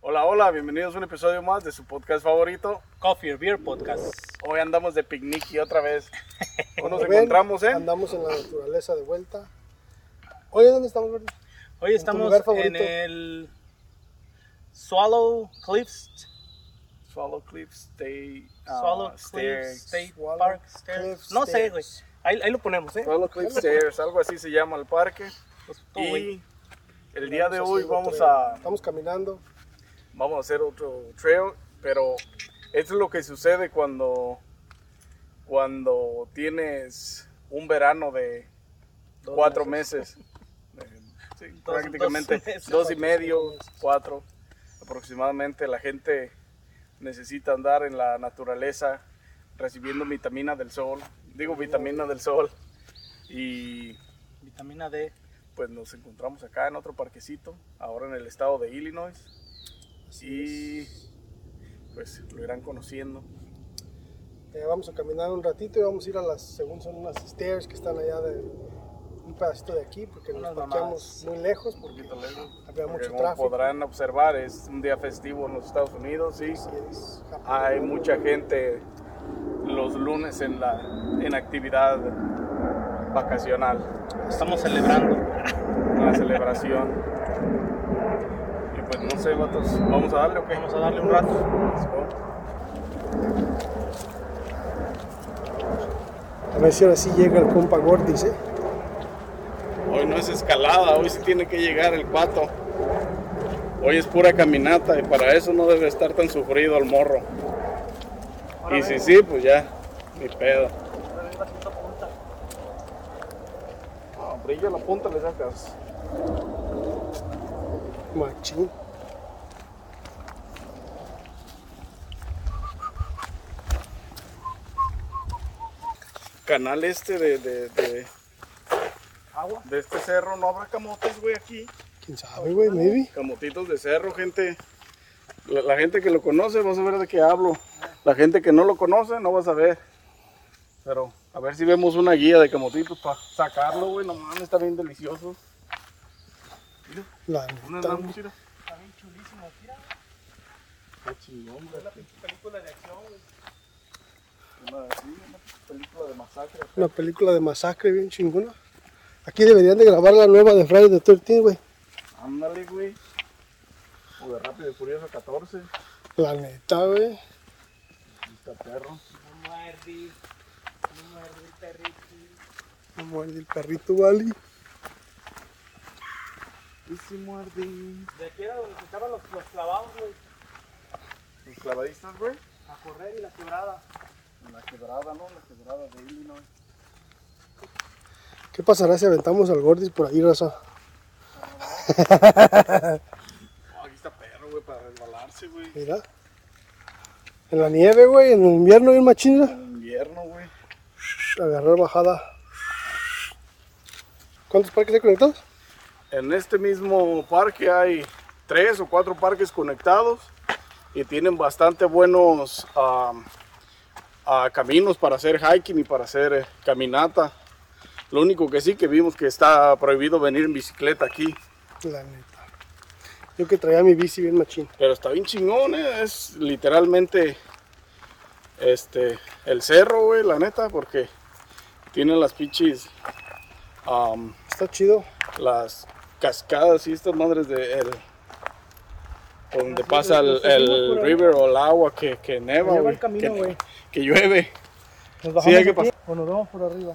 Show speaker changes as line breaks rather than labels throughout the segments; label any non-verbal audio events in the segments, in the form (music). Hola, hola, bienvenidos a un episodio más de su podcast favorito.
Coffee or Beer Podcast.
Hoy andamos de picnic y otra vez. Hoy nos
Como ven,
encontramos, ¿eh?
Andamos en la naturaleza de vuelta. Oye, ¿dónde estamos, Gordy?
Hoy
¿En tu
estamos
lugar
en
favorito?
el Swallow Cliffs.
Swallow Cliffs State. ah,
Swallow Cliffs
Stairs.
State
Swallow Pues,
Park Stairs.
Cliff
no sé, güey.
Stairs.
Ahí, ahí lo ponemos, ¿eh? Pues
Swallow Cliffs Stairs, algo así se llama el parque.
Tú, güey.
Y el día de
Vamos
hoy
haciendo
vamos
trail.
a,
Estamos caminando.
vamos a hacer otro trail, pero esto es lo que sucede cuando, cuando tienes un verano de
Dos
cuatro meses.
(laughs)
Eh, Sí,
Dos-
prácticamente
dos meses.
dos y medio, cuatro aproximadamente. La gente necesita andar en la naturaleza recibiendo vitamina del sol, digo vitamina del sol. Y
Vitamina D.
pues nos encontramos acá en otro parquecito, ahora en el estado de Illinois. Y pues lo irán conociendo.
Eh, vamos a caminar un ratito y vamos a ir a las, según son unas stairs que están allá de un pedacito de aquí, porque
Unas
nos
mamadas.
parqueamos muy lejos, porque
poquito lejos.
había
Porque
mucho
como
tráfico.
podrán observar, es un día festivo en los Estados Unidos y
Así es, Japón.
hay mucha gente los lunes en la en actividad vacacional,
Estamos celebrando.
en la celebración. Y pues no sé, vatos, vamos a darle o qué?
Vamos a darle un rato.
Let's go.
A ver si ahora sí llega el compa Gordis, ¿eh?
Hoy no es escalada, hoy sí tiene que llegar el pato. Hoy es pura caminata y para eso no debe estar tan sufrido el morro. Y si sí, pues ya, ni pedo. No, brillo la punta le sacas.
Machín.
Canal este de, de, de,
Agua.
de este cerro, no habrá camotes, güey, aquí.
¿Quién sabe, güey? Maybe.
Camotitos de cerro, gente. La, la gente que lo conoce va a saber de qué hablo. La gente que no lo conoce no va a saber. Pero a ver si vemos una guía de camotitos para sacarlo, güey. No mames, está bien delicioso.
La
¿Dónde
neta.
andamos, Cira?
Está bien chulísimo, mira.
Qué chingón, güey.
Película de acción, güey.
Una, sí, una película de masacre.
Una película de masacre bien chingona. Aquí deberían de grabar la nueva de Friday the 13, güey.
Ándale, güey. O de Rápido y Furioso 14.
La neta, güey.
Está perro.
No muerde. No muerde el perrito.
No muerde el perrito, Vali.
Y si muerde.
De aquí era donde se echaban los, los clavados, güey.
Los clavadistas, güey.
A correr y la quebrada.
En la quebrada, ¿no? La quebrada de Illinois.
¿Qué pasará si aventamos al Gordis por ahí, raza?
No, Oh, aquí está perro, güey, para resbalarse, güey.
Mira. En la nieve, güey, en el invierno bien machina.
En invierno, güey.
Agarrar bajada. ¿Cuántos parques hay conectados?
En este mismo parque hay tres o cuatro parques conectados y tienen bastante buenos am, ah, caminos para hacer hiking y para hacer eh, caminata. Lo único que sí que vimos que está prohibido venir en bicicleta aquí.
La neta. Yo que traía mi bici bien machín.
Pero está bien chingón, eh, es literalmente este el cerro, güey, la neta, porque tiene las pinches am,
Está chido.
las cascadas y estas madres de el- por donde
Así
pasa
es,
el,
así es,
el
no, por ahí.
river o el agua que, que neva,
Lleva el
güey,
camino, güey.
que, que llueve.
Nos
Sí, hay que
aquí o nos vamos por arriba.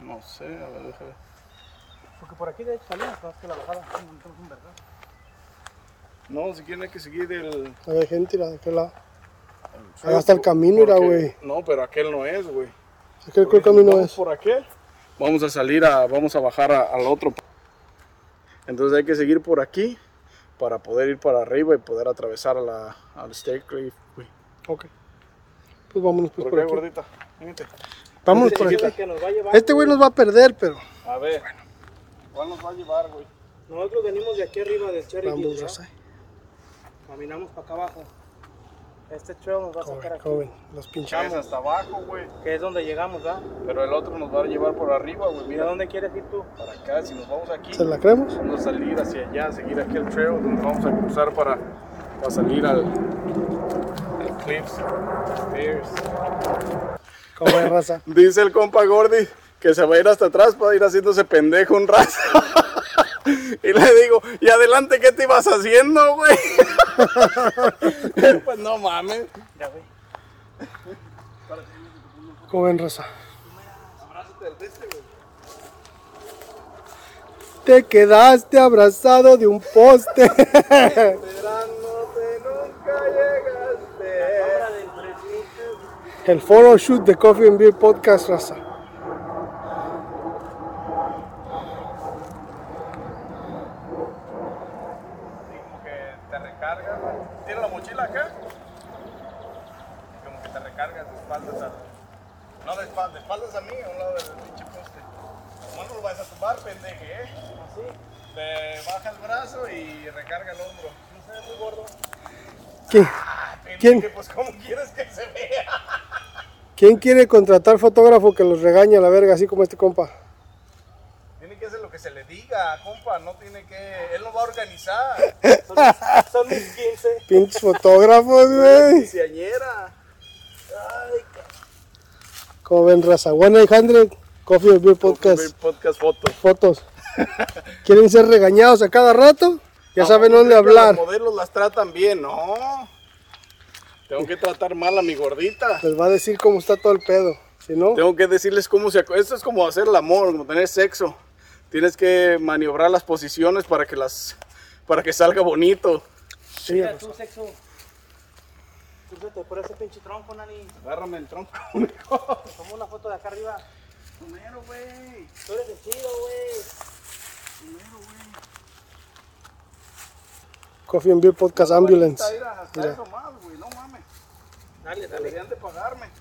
No sé, a ver, déjame.
Porque por aquí de hecho salimos, más que la bajada. No tenemos un verdad.
No, si quieren hay que seguir el... el
Hay gente, la de aquel lado.
sur,
está el
por-
camino, mira,
porque-
güey.
No, pero aquel no es, güey.
Es que el
Porque si
camino
vamos
es.
por aquel. Vamos a salir a, vamos a bajar a- al otro. Entonces hay que seguir por aquí para poder ir para arriba y poder atravesar a la, al Staircliff, güey.
Ok. Pues vámonos pues,
¿Por,
por
qué,
aquí.
gordita? Véngate.
Vámonos
Este
por
chiquito
aquí.
Que nos va a llevar,
Este güey nos va a perder, pero.
A ver, ¿cuál nos va a llevar, güey?
Nosotros venimos de aquí arriba del Cherry Hill,
Vamos,
¿verdad?
Rosa.
Caminamos para acá abajo. Este trail nos va a sacar
Joven,
aquí.
joven. Los
Es
pinchamos.
hasta abajo, güey.
Que es donde llegamos, ¿verdad?
Pero el otro nos va a llevar por arriba, güey.
¿Y a
Mira,
dónde quieres ir tú?
para acá, si nos vamos aquí,
¿Se la creemos?
vamos a salir hacia allá, seguir aquí el trail, nos vamos a cruzar para para salir al, al cliffs, stairs.
Como de raza.
Dice el compa Gordy que se va a ir hasta atrás para ir haciéndose pendejo un rato. (laughs) y le digo, ¿y adelante qué te ibas haciendo, güey? (laughs) pues no mames.
Ya, güey.
Como ven, raza. Te quedaste abrazado de un poste. (laughs)
Esperándote nunca llegaste.
Cámara de impresión.
El follow shoot de Coffee and Beer Podcast, raza.
Como que te recargas, güey. Tira la mochila acá. Y como que te recargas de espaldas a. No de espaldas, de espaldas a mí, a un lado del pinche poste. Como no lo vas a tumbar, pendeje, eh.
Así.
Te baja el brazo y recarga el hombro.
No se ve muy gordo.
¿Qui-
¿Quién?
¿Quién?
Pues como quieres que se vea.
¿Quién quiere contratar fotógrafo que los regañe a la verga, así como este compa?
Tiene que hacer lo que se le diga, compa. No tiene que. Él lo va a organizar.
Son mis, (laughs) son mis 15.
Pinches fotógrafos, (laughs) güey.
Quinceañera.
Ay, ca-
Como ven, raza. 1-800 Coffee and Beer Podcast.
Podcast fotos.
Fotos. ¿Quieren ser regañados a cada rato? Ya saben
Vamos,
dónde
Ah, es que
hablar.
Los modelos las tratan bien, ¿no? Tengo que tratar mal a mi gordita.
Les va a decir cómo está todo el pedo. Si no,
Tengo que decirles cómo se. acu- Esto es como hacer el amor, como tener sexo. Tienes que maniobrar las posiciones para que las. para que salga bonito.
sí,
mira,
raza.
tú, sexo. Cruzate por ese pinche tronco, Nani.
Agárrame el tronco. (laughs)
Toma una foto de acá arriba.
Primero, güey.
Tú eres el chido, güey.
Coffee and Beer Podcast Ambulance. Mira.
más, güey, no mames.
Dale, dale.
Deberían de pagarme. (laughs)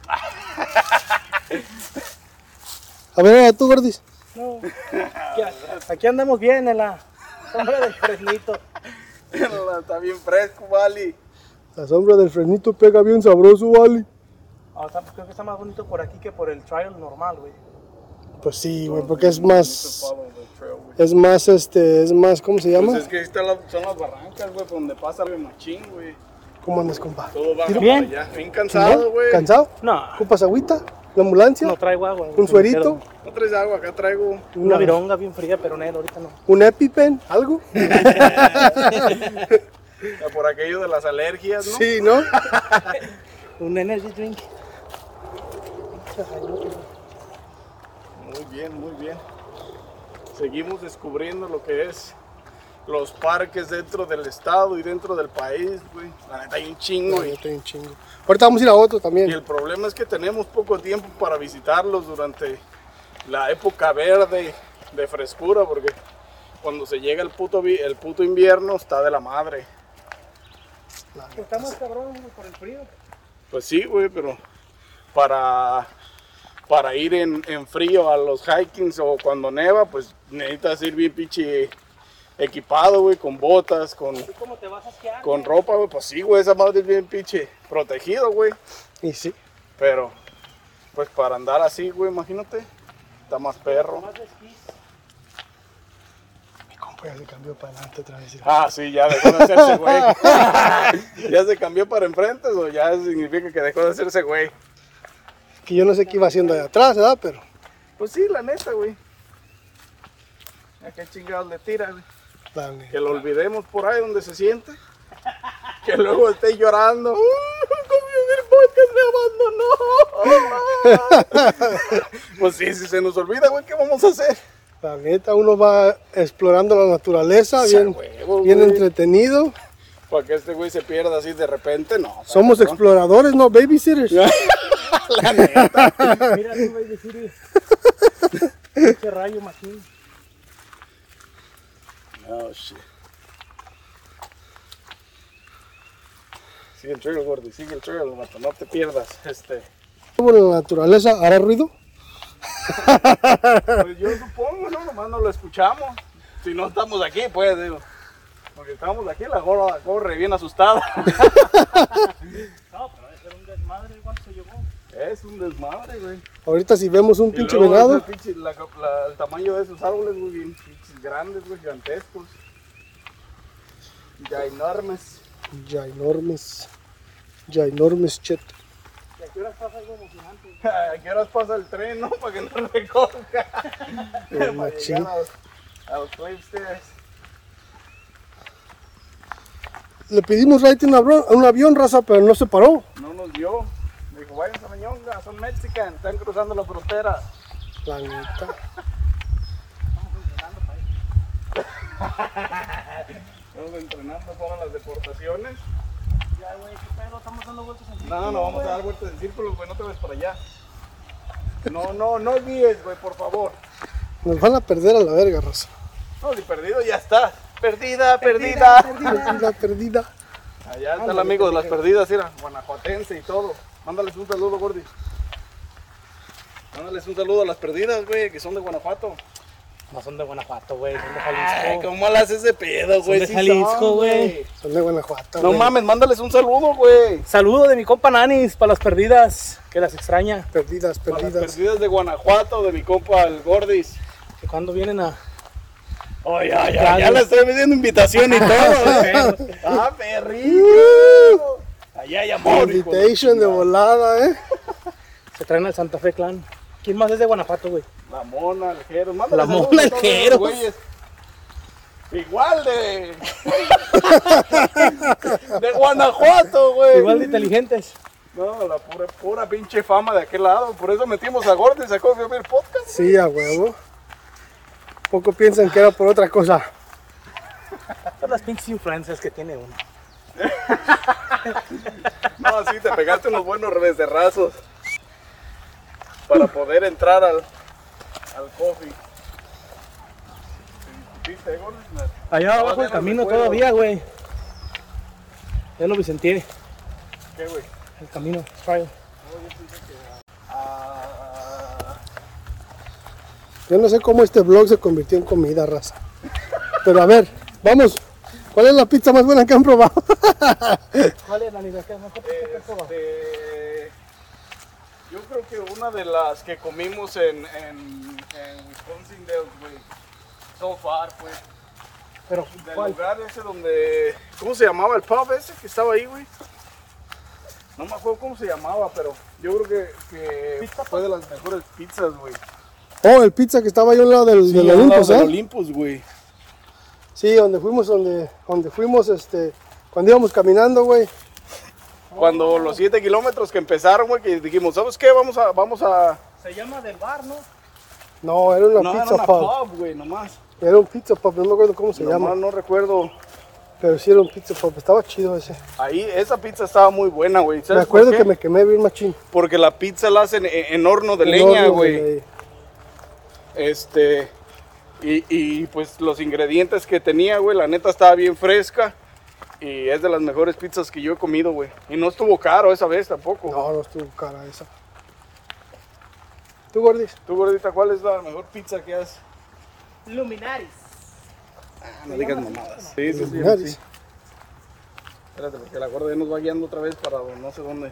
A ver, tú, Gordis.
(laughs) No. Aquí, aquí andamos bien en la sombra del (laughs) fresnito.
Está bien fresco, Vali.
La sombra del frenito pega bien sabroso, vale.
O sea, creo que Ah, está más bonito por aquí que por el trial normal, güey.
Pues sí, güey, porque es más. Es más, este, es más, ¿cómo se llama?
Pues es que ahí están las- son las barrancas, güey, por donde pasa el machín, güey.
¿Cómo andas, compa?
Todo va para
Bien.
allá. Bien cansado,
¿Chingón?
güey.
¿Cansado?
No,
¿Ocupas agüita? ¿La ambulancia?
no traigo agua. güey.
¿Un suerito?
No traes agua, acá traigo.
Una vironga bien fría, pero nada, ahorita no.
¿Un EpiPen?
(laughs)
¿Algo?
Ya Por aquello de las alergias, ¿no?
Sí, ¿no?
Un energy drink.
Muy bien, muy bien. Seguimos descubriendo lo que es los parques dentro del estado y dentro del país, güey. La neta hay un chingo,
No,
güey.
yo estoy un chingo. Ahorita vamos a ir a otro
Y
también.
el problema es que tenemos poco tiempo para visitarlos durante la época verde de frescura, porque cuando se llega el puto, vi- el puto invierno está de la madre.
Estamos cabrón, güey, por el frío.
Pues sí, güey, pero para, para ir en, en frío a los hikings o cuando neva, pues necesitas ir bien pinche equipado, güey, con botas, con,
¿Tú cómo te vas a esquiar?
con ropa, güey. Pues sí, güey, esa madre es bien pinche protegido, güey.
Y sí.
Pero, pues para andar así, güey, imagínate, está más perro.
Más de esquís.
Mi compa ya se cambió para adelante otra vez.
Ah, sí, ya dejó de hacerse güey. (laughs) ya se cambió para enfrente, o ya significa que dejó de hacerse güey.
Que yo no sé qué iba haciendo de atrás, ¿verdad? Pero
Pues sí, la neta, güey. ¿A qué chingados le tira, güey?
dale.
Que lo olvidemos por ahí donde se siente. Que luego esté llorando. "Uh, Coffee Beer Podcast me abandonó. (laughs) pues sí, si se nos olvida, güey, ¿qué vamos a hacer?
La neta, uno va explorando la naturaleza,
Sí,
bien,
huevo,
bien
güey.
entretenido.
Para que este güey se pierda así de repente, no. está
Somos
cabrón.
exploradores, no babysitters.
La neta.
Mira, tú, güey, de Siri. Pinche rayo, machín.
(laughs) Oh shit. Sigue el trail, gordo, sigue el trail, vato, no te pierdas. Este.
Bueno, la naturaleza hará ruido.
Pues yo supongo, ¿no? Nomás no lo escuchamos. Si no estamos aquí, pues, digo. Porque estamos aquí, la gorra corre bien
(laughs)
asustada.
No, pero debe ser un desmadre, igual se llevó.
es un desmadre, güey.
Ahorita si vemos un
Y
pinche
luego
venado,
esa pinche- la- la- el tamaño de esos árboles, güey, bien pinches grandes, güey, gigantescos. Ya enormes.
ginormes, ginormes shit.
¿Y a qué horas pasa algo emocionante?
(laughs) ¿A qué horas pasa el tren, no? Para que no (laughs)
(laughs)
recoja.
Eh,
Para
machín.
llegar a los, a los clipsters.
Le pedimos rating a abro- a un avión, raza, pero no se paró.
No nos vio. Me dijo, vayan a Mañonga, son mexicanos, están cruzando la frontera.
La neta.
Estamos entrenando para las deportaciones.
Ya, güey, qué pedo, estamos dando vueltas en
No, no, vamos a dar vueltas en círculo, güey, no te ves para allá. No, no, no guíes, güey, por favor.
Nos van a perder a la verga, raza.
No, si perdido ya está. Perdida, perdida.
Perdida, perdida.
Allá está el amigo de las perdidas, mira, guanajuatense y todo. Mándales un saludo, Gordy. Mándales un saludo a las perdidas, güey, que son de Guanajuato.
No son de Guanajuato, güey, son de
Ay, ¿cómo las haces de pedo, güey?
de
Sí
Jalisco,
son,
güey.
Son de Guanajuato.
No
güey.
mames, mándales un saludo, güey.
Saludo de mi compa Nanis para las perdidas, que las extraña.
Perdidas,
Para las
perdidas.
perdidas de Guanajuato, de mi compa el Gordis.
Que cuando vienen a.
Oye, ya, ya, ya le estoy metiendo invitación (laughs) y todo. güey. ah, perrito. Allá hay amor. hijo de-
Invitation de volada, eh.
Se traen al Santa Fe Clan. ¿Quién más es de Guanajuato, güey?
La mona, el Jero.
La
Mándales
mona,
saludos a todos
el Jero.
esos güeyes. Igual (laughs) de. de Guanajuato, güey.
Igual de inteligentes.
No, la pura, pura pinche fama de aquel lado. Por eso metimos a Gordis a Coffee Beer Podcast.
Sí, a huevo. Poco piensan que era por otra cosa.
Son las pinches influencias que tiene uno.
No, sí, te pegaste unos buenos becerrazos para poder entrar al, al coffee. ¿Te discutiste, eh, Gordis?
Allá abajo
Todavía
el
no
camino
recuerdo.
todavía, güey. Ya lo Vicentié,
¿Qué, güey?
el camino, trial.
Ah,
Yo no sé cómo este blog se convirtió en comida, raza. Pero a ver, vamos. ¿Cuál es la pizza más buena que han probado? (laughs)
¿Cuál es la libertad? ¿No? ¿Qué- qué- qué- qué-
este, yo creo que una de las que comimos en, en, en Wisconsin Dells, güey. So far, pues.
Pero,
Del
¿cuál?
lugar ese donde. ¿Cómo se llamaba el pub ese que estaba ahí, güey? No me acuerdo cómo se llamaba, pero yo creo que, que
Pizza
fue de las mejores pizzas, güey.
Oh, el pizza que estaba ahí al lado del, del Olympus, ¿eh?
Olympus, güey.
Sí, donde fuimos, donde, donde fuimos, este, cuando íbamos caminando, güey.
Cuando los 7 kilómetros que empezaron, güey, que dijimos, ¿sabes qué? Vamos a. Vamos a...
Se llama del bar, ¿no?
No, era una
no,
pizza
era una
pub.
pub, güey, nomás.
Era un pizza pub, no me acuerdo cómo se
Nomás
llama.
no recuerdo.
Pero sí era un pizza pub, estaba chido ese.
Ahí, esa pizza estaba muy buena, güey.
Me
¿Sabes por
acuerdo
qué?
que me quemé bien machín.
Porque la pizza la hacen e-, en, en horno de
El
leña,
horno,
güey. Este. Y, y, pues los ingredientes que tenía, güey, la neta estaba bien fresca. Y es de las mejores pizzas que yo he comido, güey. Y no estuvo caro esa vez tampoco.
No, no estuvo cara esa. ¿Tú, Gordis?
Tú, gordita, ¿cuál es la mejor pizza que has?
Luminaris.
Ah, No digas mamadas. Sí, sí, sí.
Luminaris.
sí. Espérate, porque la gorda ya nos va guiando otra vez para no sé dónde.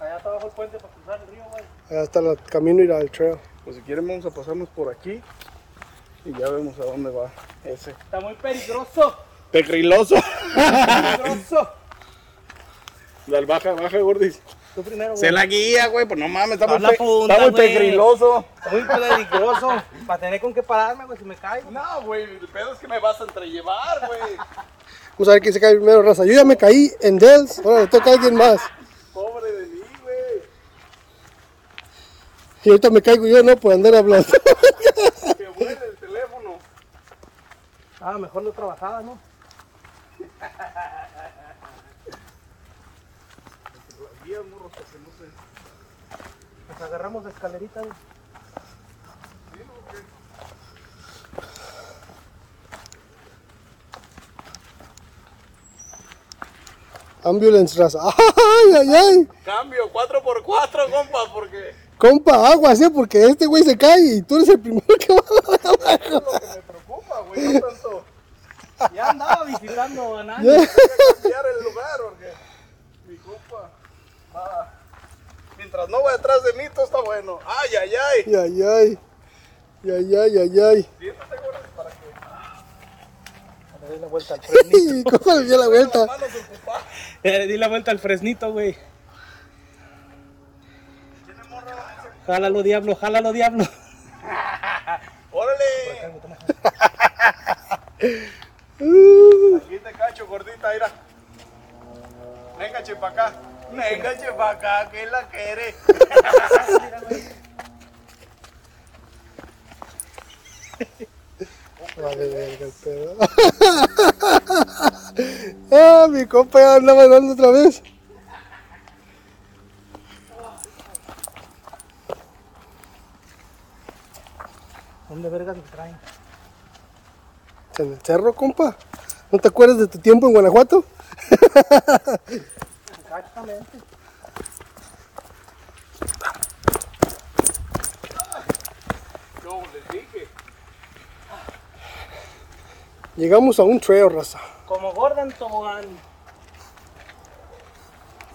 Allá está abajo el puente para cruzar el río, güey.
Allá está el camino ir al trail.
Pues si quieren, vamos a pasarnos por aquí. Y ya vemos a dónde va ese.
Está muy peligroso.
Pegriloso. (laughs)
Peligroso.
La baja, baja, gordis.
(laughs) Tú primero,
Se
güey.
la guía, güey, pues no mames, está
Haz
muy,
la
pe-
punta,
está muy
güey.
pegriloso.
Está Muy peligroso. para tener con qué pararme, güey, si me caigo.
No, güey, el pedo es que me vas a entrellevar, güey.
Vamos a ver quién se cae primero, raza. Yo ya me caí en Dells, ahora le toca a alguien más.
Pobre de mí, güey.
Y ahorita me caigo yo, no, por andar hablando. (laughs)
Que vuele el teléfono.
Ah, mejor no trabajaba, ¿no?
Guía, morros, que se no se-
Nos agarramos de escalerita, güey.
Ambulance, raza. (laughs) ¡Ay, ay, ay!
Cambio 4x4, compa, porque
Compa, aguas, ¿eh? Porque este güey se cae y tú eres el primero que va. (laughs)
eso es lo que me preocupa, güey. No tanto
Ya andaba visitando a nadie.
Ya.
cambiar el lugar, porque mi compa va. Mientras no vaya atrás de mí, todo está bueno. Ay, ay, ay.
Ay, ay, ay. Ay, ay, ay, ay.
Siéntate, güey, para que.
A ver, la vuelta al fresnito.
¿Y (laughs) ¿Cómo le dio la vuelta?
Eh, di la vuelta al fresnito, güey. Jálalo, diablo, jálalo, diablo.
(laughs) ¡Órale! Aquí te cacho, gordita, mira. Venga, chepa acá. Venga, chepa acá, que la quiere.
Vale, verga, el pedo. (laughs) ah, mi compa ya andaba bailando otra vez.
¿Dónde vergas me traen?
En el cerro, compa. ¿No te acuerdas de tu tiempo en Guanajuato?
Exactamente.
Yo les dije.
Llegamos a un trail, raza.
Como Gordon Tobogán.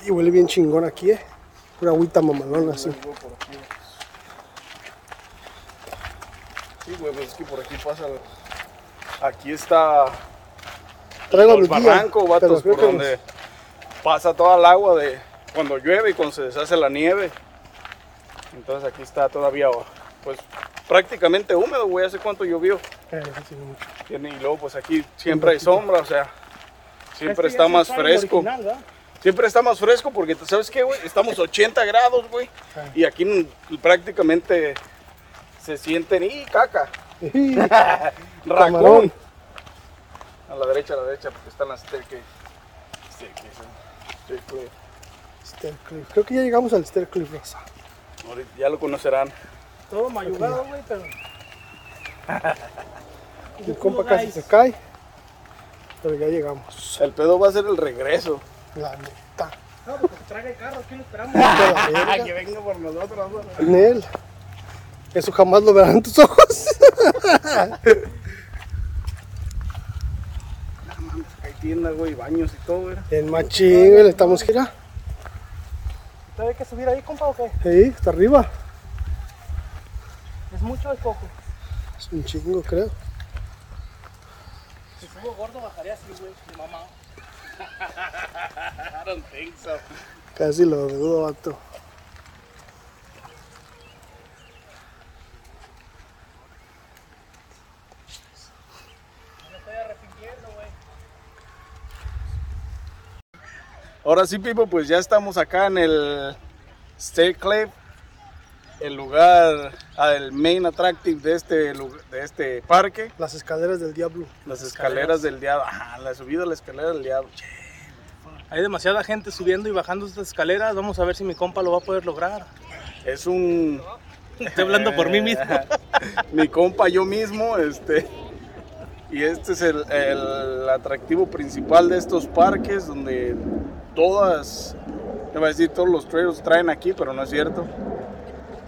Y huele bien chingón aquí, eh. Pura agüita mamalona, así.
Voy por aquí. Sí, güey, pues es que por aquí pasa. la- Aquí está
Traigo
el
mi guía,
barranco, vatos,
pero
por
creo que
donde pasa toda el agua de cuando llueve y cuando se deshace la nieve. Entonces aquí está todavía, pues prácticamente húmedo, güey. ¿Hace cuánto llovió?
nos- Eh, sí, mucho.
Tiene, y luego, pues aquí siempre hay sombra, o sea, siempre
Este
está
ya es el
más
trail
fresco.
original, ¿verdad?
Siempre está más fresco porque, ¿sabes qué, güey? Estamos 80 grados, güey. Y aquí n- prácticamente se sienten, ¡y caca!
Ejí,
¡Racón! A la derecha, a la derecha, porque están las este teques. pues,
(laughs) Stair Cliff. Creo que ya llegamos al Stair Cliff, raza.
Ahorita Ya lo conocerán.
Todo mayugado, güey, pero.
Mi compa casi se cae. Pero ya llegamos.
El pedo va a ser el regreso.
La neta.
No, porque traga el carro, aquí lo esperamos.
Toda la verga.
que venga por nosotros.
Nel, eso jamás lo verán tus ojos. (laughs)
Hay tiendas, güey, baños y todo, güey.
En machín, güey, le estamos gira.
¿Todavía hay que subir ahí, compa, o qué?
Ahí, hasta arriba.
¿Es mucho o es poco?
Es un chingo, creo.
Si subo gordo, bajaría así, güey, de mamá.
I don't think so.
Casi lo dudo, vato.
Me estoy arrepintiendo, güey.
Ahora sí, Pipo, pues ya estamos acá en el State Club, el lugar, ah, el main attractive de este, lu- de este parque.
Las escaleras del diablo.
Las escaleras del diablo, ajá, la subida a la escalera del diablo.
Hay demasiada gente subiendo y bajando estas escaleras. Vamos a ver si mi compa lo va a poder lograr.
Es un...
Estoy hablando por mí (laughs) mismo.
Mi compa, yo mismo, este... Y este es el, el atractivo principal de estos parques, donde todas, te voy a decir, todos los trails traen aquí, pero no es cierto.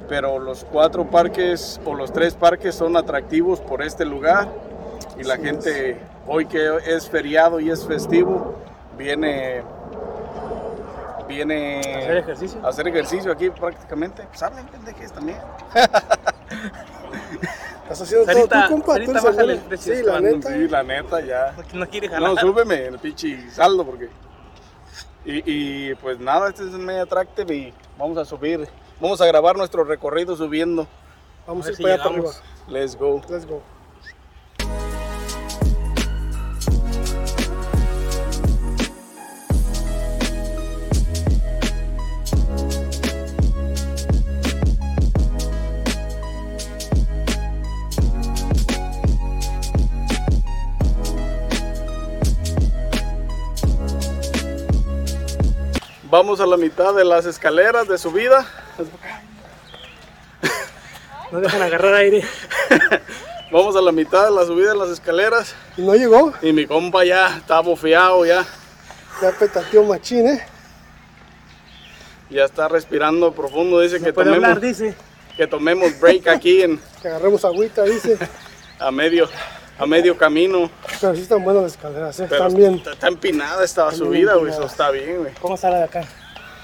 Pero los cuatro parques o los tres parques son atractivos por este lugar y la
Así
gente hoy que es feriado y es festivo viene viene
Hacer ejercicio.
a hacer ejercicio aquí prácticamente. Pues hablen pendejes también.
¿Estás haciendo
Sarita,
todo tú, compa?
Sarita,
Tú eres el
bájale
bueno.
el precio, este
Sí, la
Juan.
neta.
Sí, la neta ya.
Porque no quiere jalar.
No, súbeme el pinche saldo porque. Y, y, pues nada, este es un media attractive y vamos a subir. Vamos a grabar nuestro recorrido subiendo.
Vamos
A ver
a ir
si
para allá para arriba.
llegamos.
Let's go.
Let's go.
Vamos a la mitad de las escaleras de subida.
No dejan agarrar aire.
Vamos a la mitad de la subida de las escaleras.
Y no llegó.
Y mi compa ya está bofeado, ya,
Ya petateó machín, ¿eh?
ya está respirando profundo. Dice que,
Puede
tomemos,
hablar, dice.
que tomemos break aquí en,
Que agarremos
(laughs)
agüita, dice.
a, medio, a medio camino.
Pero sí están buenas las escaleras, ¿eh?
Pero
Están bien.
Está, está empinada esta
bien
subida, güey. Eso
empinada.
está bien, güey.
¿Cómo está la de acá?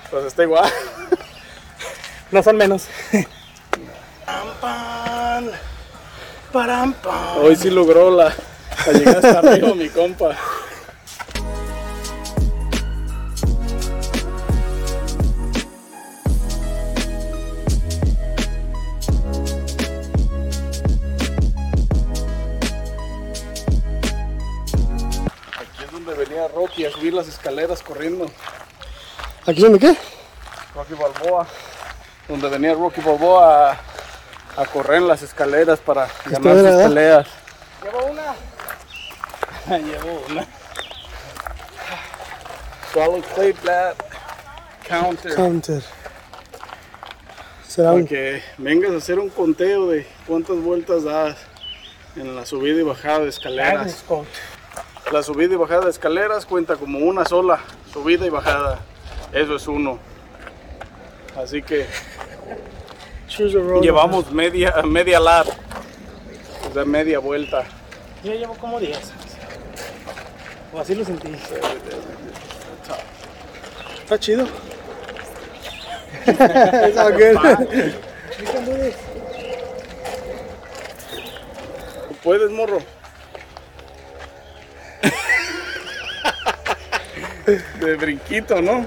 Pues está igual.
No son menos.
Hoy sí logró la, Para llegar hasta arriba, mi compa. Aquí es donde venía Rocky a subir las escaleras corriendo.
¿Aquí dónde qué?
Rocky Balboa. Donde venía Rocky Balboa a, a correr en las escaleras para ganar
era,
sus
¿eh?
peleas.
Llevo
(laughs)
una. Llevo una.
Swallow clay flat counter.
Counter. Será
Para
un...
que vengas a hacer un conteo de cuántas vueltas das en la subida y bajada de escaleras.
Agnes Coach.
La subida y bajada de escaleras cuenta como una sola subida y bajada. Eso es uno. Así que
Choose a road.
llevamos media, media lap. O sea, media vuelta.
Yo llevo como 10. O así lo sentí.
Está chido.
(laughs)
It's all good.
¿Tú puedes, morro? De brinquito, ¿no?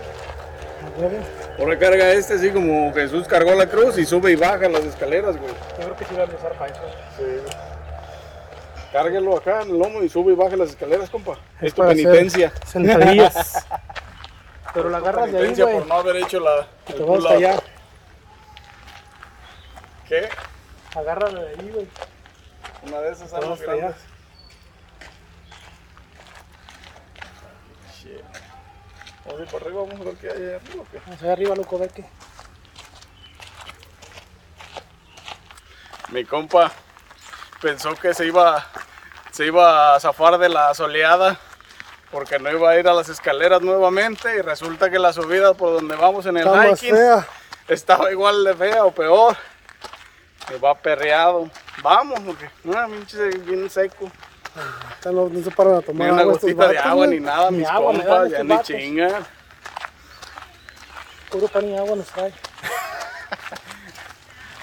O recarga este así como Jesús cargó la cruz y sube y baja las escaleras, güey.
Yo creo que sí voy a empezar para eso.
Cárguelo acá en el lomo y sube y baja las escaleras, compa. Es, tu
para hacer
penitencia.
(laughs) Sentadillas. Pero la agarras de ahí,
Penitencia
güey.
por no haber hecho la.
y
el
Te vas
pull-up.
hasta allá.
¿Qué?
Agarras de ahí, güey.
Una de esas
Te vas
armas
hasta allá.
grandes. Shit. Vamos a ir para arriba, vamos a ver qué hay ahí arriba. ¿o qué?
Vamos allá arriba, loco, ve que.
Mi compa pensó que se iba, se iba a zafar de la soleada porque no iba a ir a las escaleras nuevamente y resulta que la subida por donde vamos en el
Está más
hiking
fea.
estaba igual de fea o peor. Se va perreado. Vamos, porque no, pinche bien seco.
Ya no, no se paran a
Ni
tomar
una
agua estos
gotita de
vatos,
agua,
güey.
ni nada,
Ni
mis
agua, me dan
compas, ya
estos
ni
vatos.
chinga.
Puro pan y agua nos
(laughs)
trae.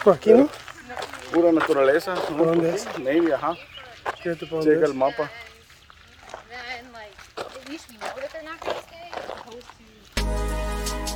Por aquí, ¿no?
Pura naturaleza. ¿no?
¿Por dónde es?
Maybe, ajá.
Fíjate por dónde
Checa
es.
el mapa.
And like, at least we know that they're not gonna stay, as opposed to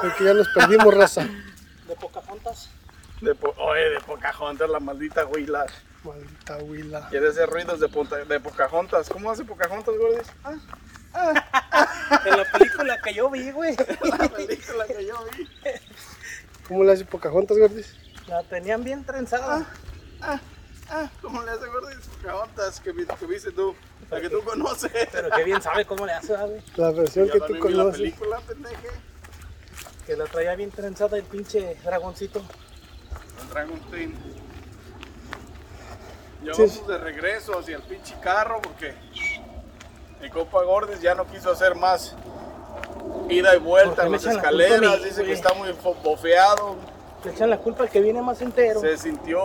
Creo que ya nos perdimos, raza.
De Pocahontas.
De po- Oye, de Pocahontas, la maldita huila.
Maldita huila.
Quiere hacer ruidos de, ponta- de Pocahontas. ¿Cómo hace Pocahontas, (laughs) gordos? Ah,
En la película que yo vi, güey.
Ah, la película que yo vi.
¿Cómo le hace Pocahontas, gordis?
La tenían bien trenzada.
Ah, ah, ¿Cómo le hace gordos Pocahontas? Que, vi- que viste tú, la que tú conoces.
Pero qué bien sabe cómo le hace, ah, güey.
La versión
Yo
que tú
también vi la
conoces.
película, pendeje.
Que la traía bien trenzada el pinche dragoncito.
El Dragon Train. Ya
Sí.
vamos de regreso hacia el pinche carro porque mi compa Gordes ya no quiso hacer más ida y
Porque
vuelta en
me
las
echan la culpa a mí,
escaleras. Dice
güey.
que está muy fo- bofeado.
Le echan la culpa al que viene más entero.
Se
(laughs)
sintió.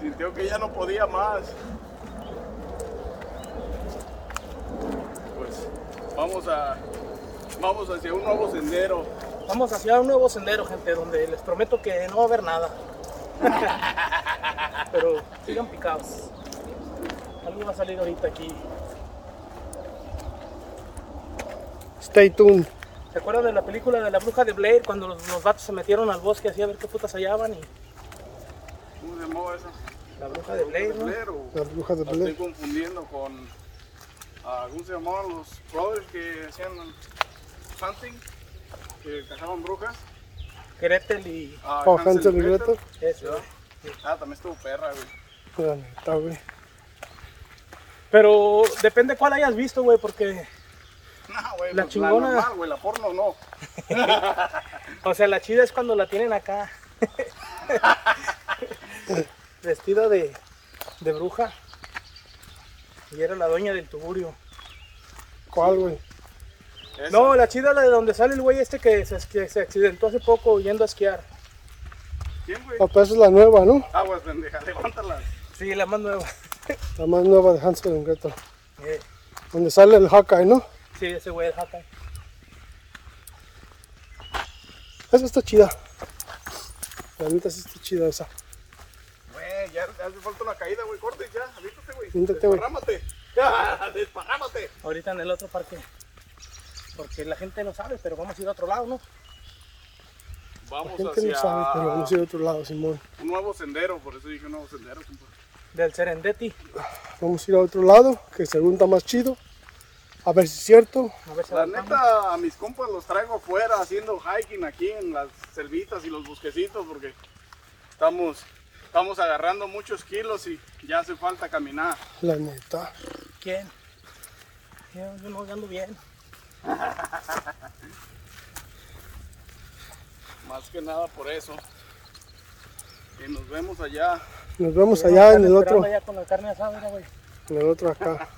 sintió que ya no podía más. Pues vamos a. Vamos hacia un nuevo sendero.
Vamos hacia un nuevo sendero, gente, donde les prometo que no va a haber (laughs) nada. Pero sigan picados. Algo va a salir ahorita aquí.
Stay tuned.
¿Se acuerdan de la película de la bruja de Blair cuando los, los vatos se metieron al bosque así a ver qué putas hallaban? Y
¿Cómo se llamaba esa?
La bruja de Blair, ¿no?
Blair o-
Las brujas de
La estoy
Blair.
confundiendo con. ah, ¿Cómo se llamaban los brothers que hacían hunting? Que cazaban brujas.
Gretel y
Ah,
Oh, Hansel y Gretel.
eso.
Ah, también estuvo perra, güey. (laughs)
La neta, güey.
Pero depende cuál hayas visto, güey, porque,
No, güey,
La
pues,
chingona.
La normal, güey, la porno no.
o sea, la chida es cuando la tienen acá. (laughs) Vestida de, de bruja. Y era la dueña del tuburio.
¿Cuál, güey?
Esa.
No, la chida la de donde sale el güey este que se, que se accidentó hace poco yendo a esquiar.
¿Quién, güey?
Ah, pero esa es la nueva, ¿no?
Aguas, pendeja, (laughs) levántala.
Sí, la más nueva.
La más nueva de Hansel y Gretel.
Eh,
Donde sale el Hawkeye, ¿no?
Sí, ese güey es Hawkeye.
Esa está chida. La neta sí está chida esa.
Güey, ya hace falta una caída, güey. Corte, ya. Avítate, güey.
Aviéntate, güey.
Desparrámate. (laughs) Ah, Desparrámate.
Ahorita en el otro parque. Porque la gente no sabe, pero vamos a ir a otro lado, ¿no?
La
Vamos
gente
hacia
no sabe,
ah.
pero vamos a ir a otro lado, Simón.
un nuevo sendero, por eso dije un nuevo sendero, compa.
Del Serendeti.
Vamos a ir a otro lado, que según está más chido. A ver si es cierto.
A ver si
La
aguantamos.
neta, a mis compas los traigo afuera haciendo hiking aquí en las selvitas y los bosquecitos porque estamos, estamos agarrando muchos kilos y ya hace falta caminar.
La neta.
¿Quién? Yo, yo no yo ando bien.
Más que nada por eso. Y nos vemos allá.
Nos vemos
Yo me
allá en
están
el
esperando
otro.
allá con la carne asada, mira, güey.
En el otro acá.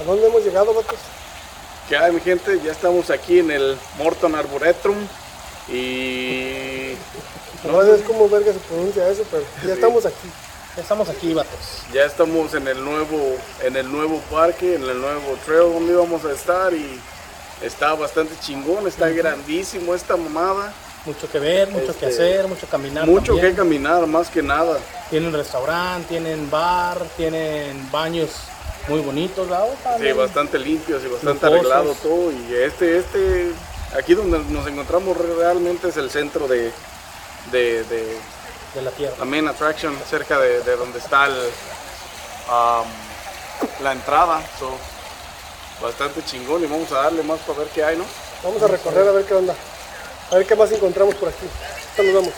¿A dónde hemos llegado, vatos?
¿Qué hay mi gente? Ya estamos aquí en el Morton Arboretum y
La verdad es como verga se pronuncia eso, pero ya estamos aquí.
Ya estamos aquí, vatos.
ya estamos en el nuevo, en el nuevo parque, en el nuevo trail donde íbamos a estar y está bastante chingón, está grandísimo esta mamada.
Mucho que ver, mucho
Este,
que hacer, mucho caminar.
Mucho que
también.
caminar, más que nada.
Tienen restaurante, tienen bar, tienen baños muy bonitos, la otra.
Sí, bastante limpios y bastante
Lujosos.
arreglado todo. Y este, este, aquí donde nos encontramos realmente es el centro de, de, de
De la tierra.
la main attraction, cerca de, de donde está el, am, la entrada. So, bastante chingón y vamos a darle más para ver qué hay, ¿no?
Vamos a recorrer a ver qué onda. A ver qué más encontramos por aquí. Ahorita nos vemos.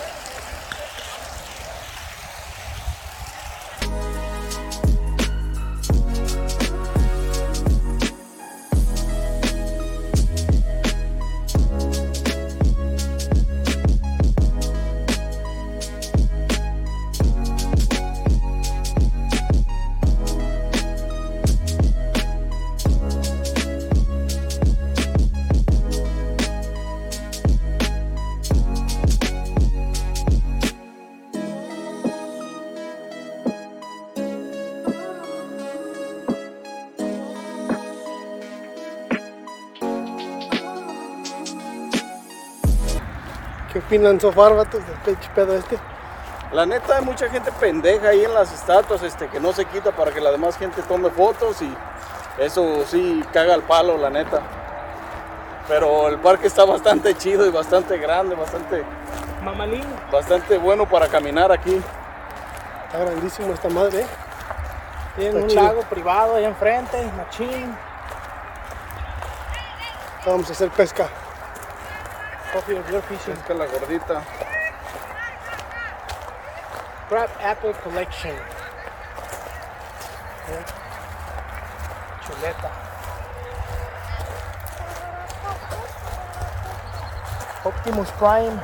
¿Qué opinan, Sofar, vatos, del pinche pedo este?
La neta, hay mucha gente pendeja ahí en las estatuas este, que no se quita para que la demás gente tome fotos y eso sí caga al palo, la neta. Pero el parque está bastante chido y bastante grande, bastante,
Mamalín.
bastante bueno para caminar aquí.
Está grandísimo esta madre, ¿eh?
Tienen
Está
un
chido.
lago privado allá enfrente, machín.
Vamos a hacer pesca.
Coffee and beer fishing.
Es que la gordita.
Crab Apple Collection. Eh, Chuleta. Optimus Prime.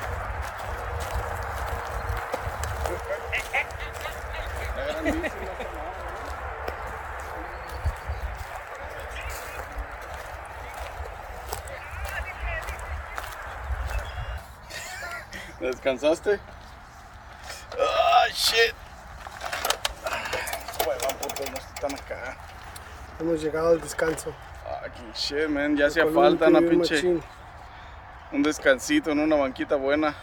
¿Descansaste? ¡Ah, shit! Huevón, puto, no están acá.
Hemos llegado al descanso.
Fucking shit, man. Ya hacía
Con
falta
un
una
tibio
pinche...
machín.
un descansito en una banquita buena.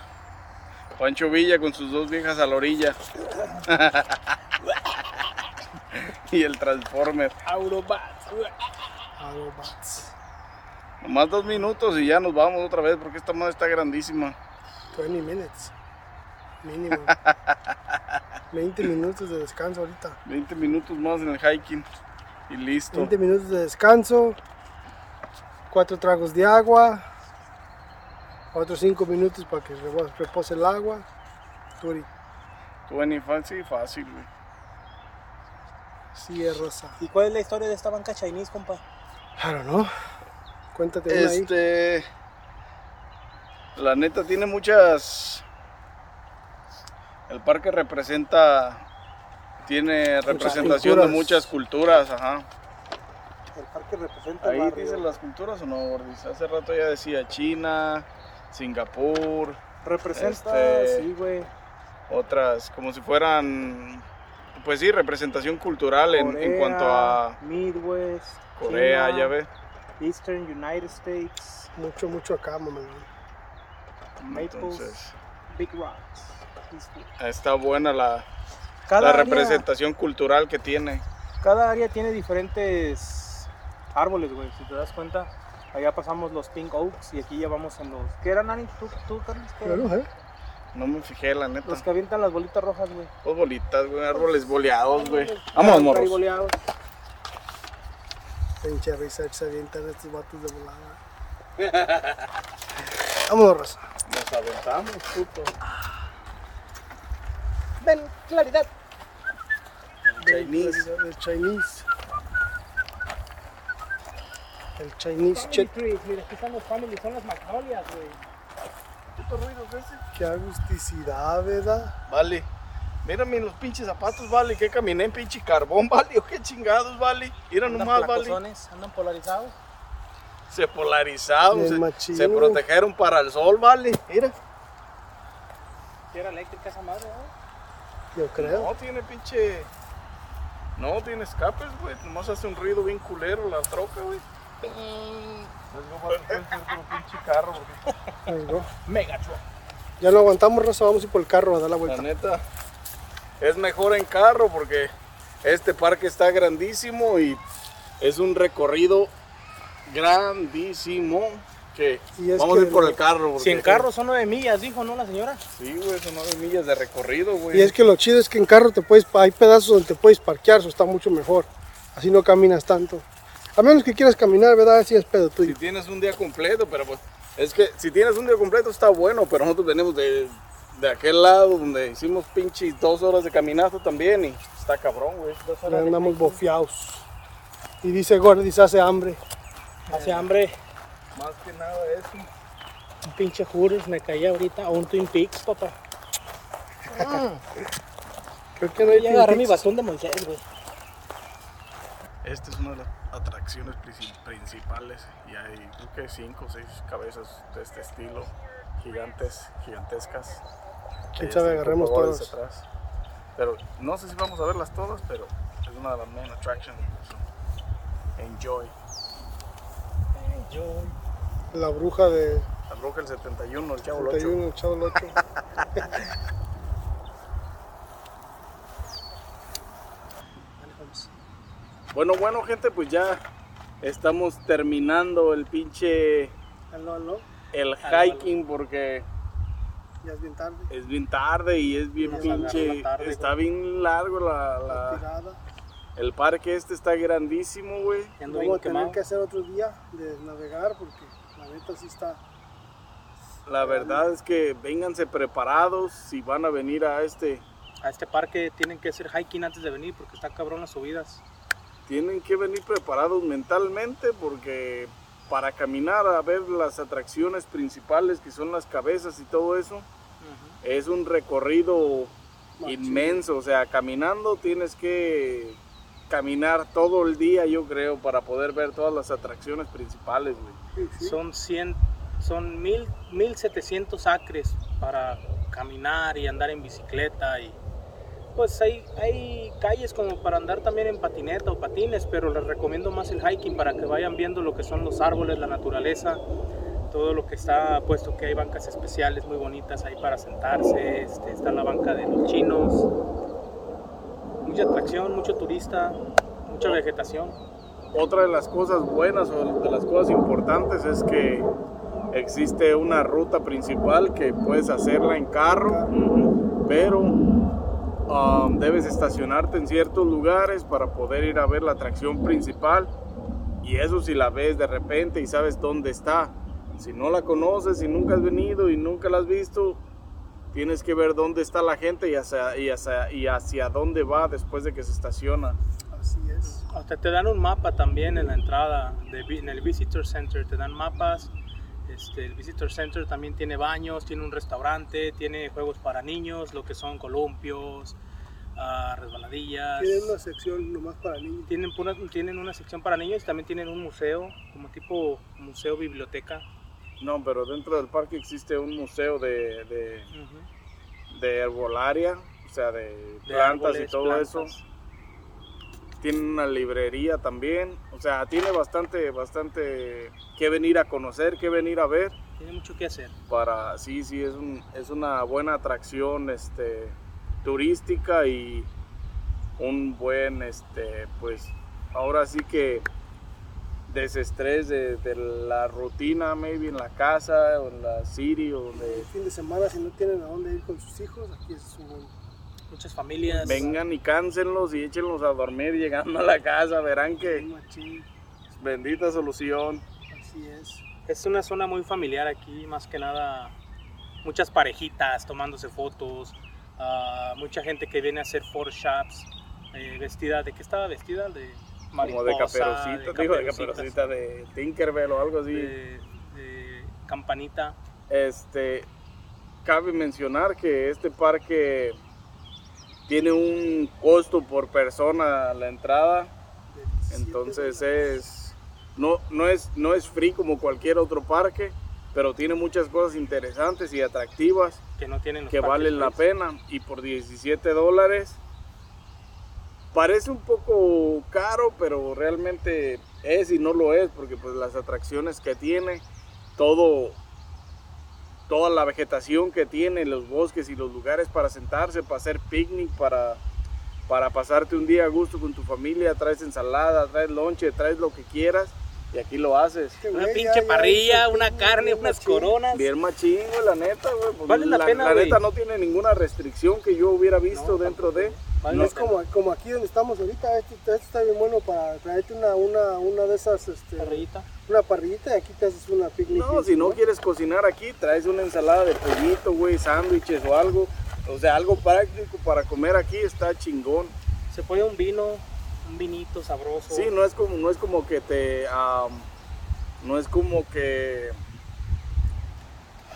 Pancho Villa con sus dos viejas a la orilla. (laughs) y el Transformer.
Autobots.
Ah, Autobots.
Nomás dos minutos y ya nos vamos otra vez porque esta madre está grandísima.
20 minutes.
(laughs)
Mínimo. 20 minutos de descanso ahorita.
20 minutos más en el hiking y listo.
20 minutos de descanso, 4 tragos de agua, otros 5 minutos para que repo- repose el agua. Turi,
25, sí, fácil, güey.
sí es rosa.
¿Y cuál es la historia de esta banca chinese, compa?
I don't know. Cuéntate una ahí.
Este. La neta tiene muchas. El parque representa. Tiene representación
culturas.
de muchas culturas, ajá.
El parque representa
Ahí dicen las culturas o no, Gordis. Hace rato ya decía China, Singapur,
Representa,
Este-
sí, güey.
otras, como si fueran. Pues sí, representación cultural en, en
Corea,
cuanto a
Midwest,
Corea,
China,
ya ves.
Eastern United States,
Mucho, mucho acá, mamá.
Maples.
Entonces,
Big Rocks. Eastwood.
está buena la,
Cada
la
área-
representación cultural que tiene.
Cada área tiene diferentes árboles, güey, si te das cuenta. Allá pasamos los Pink Oaks y aquí ya vamos en los... ¿Qué eran, Ani? ¿Tú, tú Carlos? ¿Qué eran?
Claro, ¿eh?
No me fijé, la neta.
Los que avientan las bolitas rojas, güey.
Dos bolitas, güey, árboles boleados, güey. Vamos, morros.
Cariboleados.
Pinche research se avientan estos vatos de volada. Vámonos, Rosa.
Nos aventamos, puto.
Ven, claridad.
Chinese.
El Chinese. El Chinese
Family
chip.
trees, mira, aquí están los family, son las magnolias, güey.
Qué agusticidad, ¿verdad?
Vale. Mírame los pinches zapatos, vale. Que caminé en pinche carbón, (laughs) vale. O qué chingados, vale. Mira
Andan
nomás, vale.
placosones, andan polarizados.
Se polarizaron,
Bien
se,
machín.
se protegieron para el sol, vale. Mira.
Tierra eléctrica esa madre, güey.
Yo creo.
No tiene pinche. No tiene escapes, güey. Nomás hace un ruido bien culero la troca, güey. Es como pinche carro,
Pues,
güey.
Algo.
Megatron.
Ya no aguantamos, Rosa. Vamos a ir por el carro a dar la
La
vuelta.
neta, es mejor en carro porque este parque está grandísimo y es un recorrido grandísimo que
Y es
vamos
que
a ir por
lo-
el carro. porque-
100 carros son 9 millas, dijo, ¿no, la señora?
Sí, güey, son nueve millas de recorrido, güey.
Y es que lo chido es que en carro te puedes, hay pedazos donde te puedes parquear, eso está mucho mejor. Así no caminas tanto. A menos que quieras caminar, ¿verdad? Así es pedo
Si
tuyo.
tienes un día completo, pero pues es que si tienes un día completo está bueno, pero nosotros venimos de, de aquel lado donde hicimos pinches dos horas de caminata también y está cabrón, güey. Dos
Ahora
horas de-
andamos bofiados. Y dice Gordy, dice, hace hambre.
Hace hambre.
Más que nada eso.
Un pinche Hooters me caí ahorita a un Twin Peaks, papá.
Creo que no hay
Ya agarré mi
Twin Peaks.
bastón de Moisés, güey.
Esta es una de las atracciones princi- principales y hay creo que cinco o seis cabezas de este estilo, gigantes, gigantescas. que
Quién
ya
sabe,
están
agarremos
por favores
todas.
atrás. Pero no sé si vamos a verlas todas, pero es una de las main attractions. so, Enjoy.
La bruja de
La bruja el 71, el chavo el 8.
31, el chavo
(laughs)
el 8.
Bueno, bueno, gente, pues ya estamos terminando el pinche
Aló, aló.
el
Aló,
hiking porque
Ya es bien tarde.
es bien tarde y es bien
Nos agarró la
pinche.
tarde,
está bien largo la-
La
la,
tirada.
El parque este está grandísimo, güey.
Ya ando bien
Vamos a tener
quemado.
que hacer otro día de navegar porque la neta sí está.
La verdad es que vénganse preparados si van a venir a este.
A este parque tienen que hacer hiking antes de venir porque está cabrón las subidas.
Tienen que venir preparados mentalmente porque para caminar a ver las atracciones principales que son las cabezas y todo eso, es un recorrido
Machín.
inmenso. O sea, caminando tienes que caminar todo el día, yo creo, para poder ver todas las atracciones principales, güey.
Son 100, son mil, 1700 acres para caminar y andar en bicicleta y pues hay, hay calles como para andar también en patineta o patines, pero les recomiendo más el hiking para que vayan viendo lo que son los árboles, la naturaleza, todo lo que está puesto que hay bancas especiales muy bonitas ahí para sentarse, este, está la banca de los chinos, mucha atracción, mucho turista, mucha vegetación.
Otra de las cosas buenas o de las cosas importantes es que existe una ruta principal que puedes hacerla en carro, pero um, debes estacionarte en ciertos lugares para poder ir a ver la atracción principal. Y eso si la ves de repente y sabes dónde está. Si no la conoces, si nunca has venido y nunca la has visto, tienes que ver dónde está la gente y hacia, y hacia, y hacia dónde va después de que se estaciona.
Así es.
Hasta te dan un mapa también en la entrada, de vi- en el Visitor Center te dan mapas. Este, el Visitor Center también tiene baños, tiene un restaurante, tiene juegos para niños, lo que son columpios, ah, resbaladillas.
Tienen una sección nomás para niños.
Tienen, pura- tienen una sección para niños y también tienen un museo, como tipo museo biblioteca.
No, pero dentro del parque existe un museo de, de, de herbolaria, o sea, de,
De
plantas
árboles,
y todo
plantas.
eso. Tiene una librería también, o sea, tiene bastante, bastante que venir a conocer, que venir a ver.
Tiene mucho que hacer.
Para, sí, sí, es, un- es una buena atracción este, turística y un buen, este, pues, ahora sí que desestrés de, de la rutina, maybe en la casa o en la city o donde
El fin de semana, si no tienen a dónde ir con sus hijos, aquí es su
Muchas familias.
Vengan y cánsenlos y échenlos a dormir llegando a la casa. Verán que
machín.
bendita solución.
Así es.
Es una zona muy familiar aquí, más que nada muchas parejitas tomándose fotos, ah, mucha gente que viene a hacer photoshops, eh, vestida, ¿de qué estaba vestida? De
Como de
mariposa,
caperucita, digo, de
caperucitas,
caperucita, de Tinkerbell o algo así.
de- de campanita.
Este, cabe mencionar que este parque tiene un costo por persona a la entrada. Entonces eh, es no, no es no es free como cualquier otro parque, pero tiene muchas cosas interesantes y atractivas.
Que no tienen los pues.
que
parques
valen la
país.
pena y por 17 dólares parece un poco caro pero realmente es y no lo es porque pues las atracciones que tiene todo toda la vegetación que tiene los bosques y los lugares para sentarse para hacer picnic para para pasarte un día a gusto con tu familia traes ensalada traes lonche traes lo que quieras y aquí lo haces
Una pinche parrilla, una carne, unas coronas.
Bien machín, güey, la neta, güey. pues,
Vale la pena,
La
güey.
neta no tiene ninguna restricción que yo hubiera visto
No,
dentro de.
Vale
No
la
es como, como aquí donde estamos ahorita, este, este está bien bueno para traerte una, una, una de esas, este,
pena. Parrillita.
una parrillita y aquí te haces una picnic.
No, si no quieres cocinar aquí, traes una ensalada de pollito, güey, sándwiches o algo. O sea, algo práctico para comer aquí está chingón.
Se puede un vino, un vinito sabroso.
Sí, no es como, no es como que te. am, no es como que.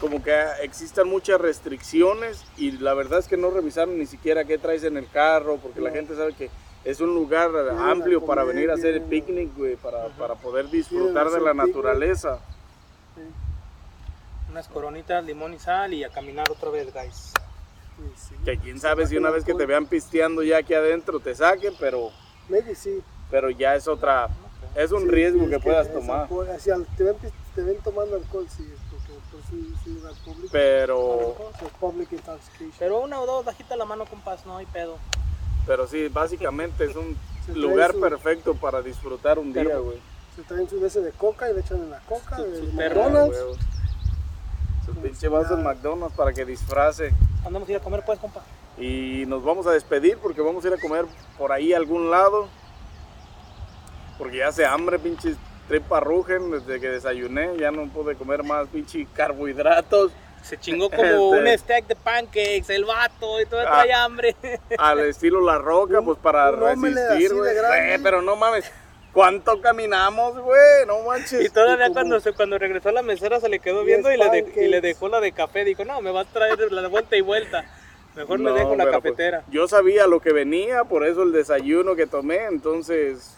Como que existan muchas restricciones y la verdad es que no revisaron ni siquiera qué traes en el carro, porque la
No.
gente sabe que es un lugar
a
amplio para
comer,
venir a hacer el
vienen a-
picnic, güey, para,
Ajá.
para poder disfrutar de
hacer
la
picnic.
naturaleza.
Unas coronitas, limón y sal y a caminar otra vez, guys.
Sí,
Que quién sabe si una vez que te
Cool.
vean pisteando ya aquí adentro te saquen, pero,
Maybe sí.
pero ya es otra. Es un
Sí,
riesgo
es
que puedas
es
tomar.
alcohol, así al- te, ven, te ven tomando alcohol, sí, es porque pues, sí, sí, era público.
Pero.
Alcohol, so public intoxication.
Pero una o dos, bajita la mano, compás, no hay pedo.
Pero sí, básicamente es un
Se traen
lugar
su-
perfecto para disfrutar un día,
Pero-
güey.
Se traen su veces de coca y le echan en la coca,
Su-
de
su termo,
McDonald's.
Huevo. Su pinche vaso en McDonald's para que disfrace.
Andamos a ir a comer, pues, compa.
Y nos vamos a despedir porque vamos a ir a comer por ahí a algún lado. Porque ya hace hambre, pinches tripas rugen desde que desayuné. Ya no pude comer más pinche carbohidratos.
Se
(laughs)
chingó
Este-
como un stack de pancakes, el vato, y todo
Ah. (laughs)
trae hambre.
(laughs)
Al estilo La Roca,
Un-
pues para
un omelette así
resistir,
de
güey.
grande.
Eh, pero no mames, ¿cuánto caminamos, güey? No manches.
Y todavía
como-
cuando, se, cuando regresó a la mesera se le quedó
Diez
viendo y le, de- y le
pancakes.
dejó la de café. Dijo, no, me va a traer la de vuelta y vuelta. Mejor me
No,
dejo la
pero, pues,
cafetera.
yo sabía lo que venía, por eso el desayuno que tomé,
(laughs)
entonces.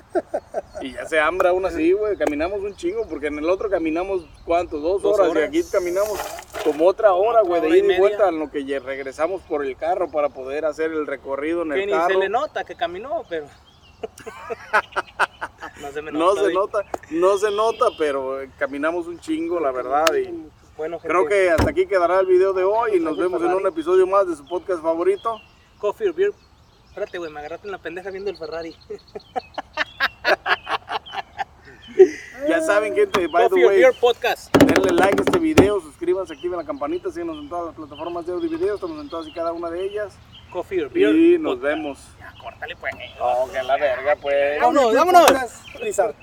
Y ya se hambre aún así, güey. Caminamos un chingo, porque en el otro caminamos, ¿cuántos? Dos,
Dos
horas,
horas.
Y aquí caminamos como otra hora, güey, de
hora y
ida y
media.
vuelta, en lo que ya regresamos por el carro para poder hacer el recorrido en
Que
el
ni se
carro.
le nota que caminó,
(laughs)
pero. no se me
No
nota,
se
güey.
nota, no se nota, pero eh, caminamos un chingo, la verdad. Y
Bueno, gente, Pues
creo que hasta aquí quedará el video de hoy y nos vemos en un episodio más de su podcast favorito.
Coffee or Beer Espérate, güey, me agarraste en la pendeja viendo el Ferrari.
Ya saben, gente, by the
Eh, Coffee or
way,
Beer Podcast.
denle like a este video, suscríbanse, activen la campanita, síganos en todas las plataformas de audio y video, estamos en todas y cada una de ellas.
Coffee or Beer.
Y nos
Podcast.
vemos.
Ya, córtale, pues.
No, que la verga, pues.
Vámonos, vámonos.
Lisa.